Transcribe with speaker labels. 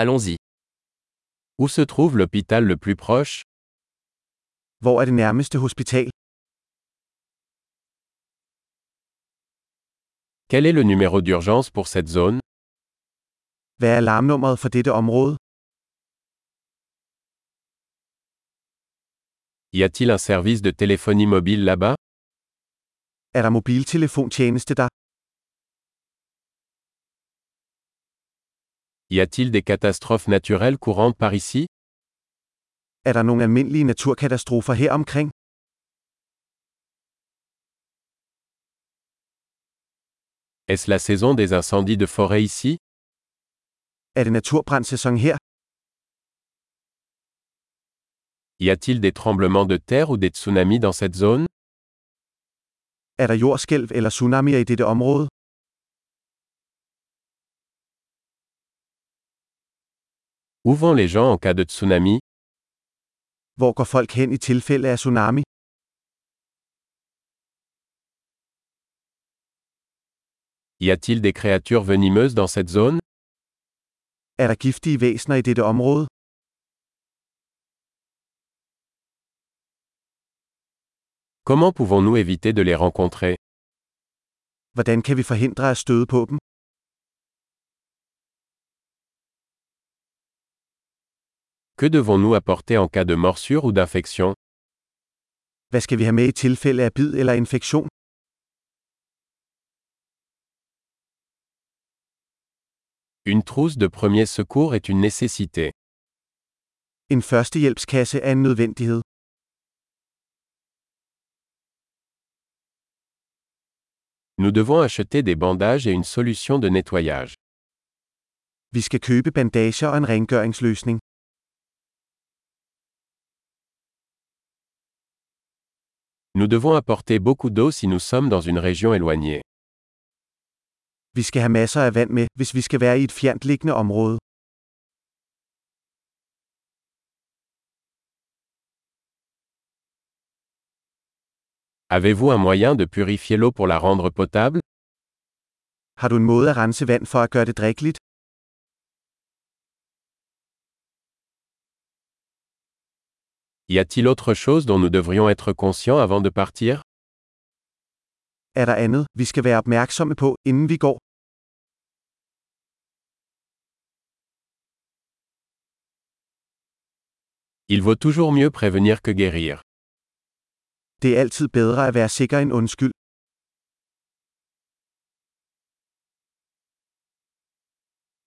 Speaker 1: Allons-y. Où se trouve l'hôpital le plus proche
Speaker 2: Hvor er det nærmeste hospital?
Speaker 1: Quel est le numéro d'urgence pour cette zone
Speaker 2: Hvad er alarmnummeret for dette område?
Speaker 1: Y a-t-il un service de téléphonie mobile là-bas
Speaker 2: Er der mobiltelefontjeneste der?
Speaker 1: Y a-t-il des catastrophes naturelles courantes par ici
Speaker 2: Er der nogle almindelige naturkatastrofer her omkring?
Speaker 1: Est-ce la saison des incendies de forêt ici
Speaker 2: Er det naturbrandssæson her?
Speaker 1: Y a-t-il des tremblements de terre ou des tsunamis dans cette zone
Speaker 2: Er der jordskælv eller tsunamier i dette område?
Speaker 1: Où vont les gens en cas de tsunami
Speaker 2: Hvor går folk hen i tilfælde af tsunami?
Speaker 1: Y a-t-il des créatures venimeuses dans cette zone
Speaker 2: Er der giftige væsener i dette område?
Speaker 1: Comment pouvons-nous éviter de les rencontrer
Speaker 2: Hvordan kan vi forhindre at støde på dem?
Speaker 1: Que devons-nous apporter en cas de morsure ou d'infection
Speaker 2: Hvad skal vi have med i tilfælde af bid eller infektion?
Speaker 1: Une trousse de premier secours est une nécessité.
Speaker 2: En førstehjælpskasse er en nødvendighed.
Speaker 1: Nous devons acheter des bandages et une solution de nettoyage.
Speaker 2: Vi skal købe bandager og en rengøringsløsning.
Speaker 1: Nous devons apporter beaucoup d'eau si nous sommes dans une région éloignée.
Speaker 2: Vi skal have masser af vand med, hvis vi skal være i et fjerntliggende område.
Speaker 1: Avez-vous un moyen de purifier l'eau pour la rendre potable
Speaker 2: Har du en måde at rense vand for at gøre det drikkeligt?
Speaker 1: Y a-t-il autre chose dont nous devrions être conscients avant de partir
Speaker 2: Er der andet, vi skal være opmærksomme på, inden vi går?
Speaker 1: Il vaut toujours mieux prévenir que guérir.
Speaker 2: Det er altid bedre at være sikker end undskyld.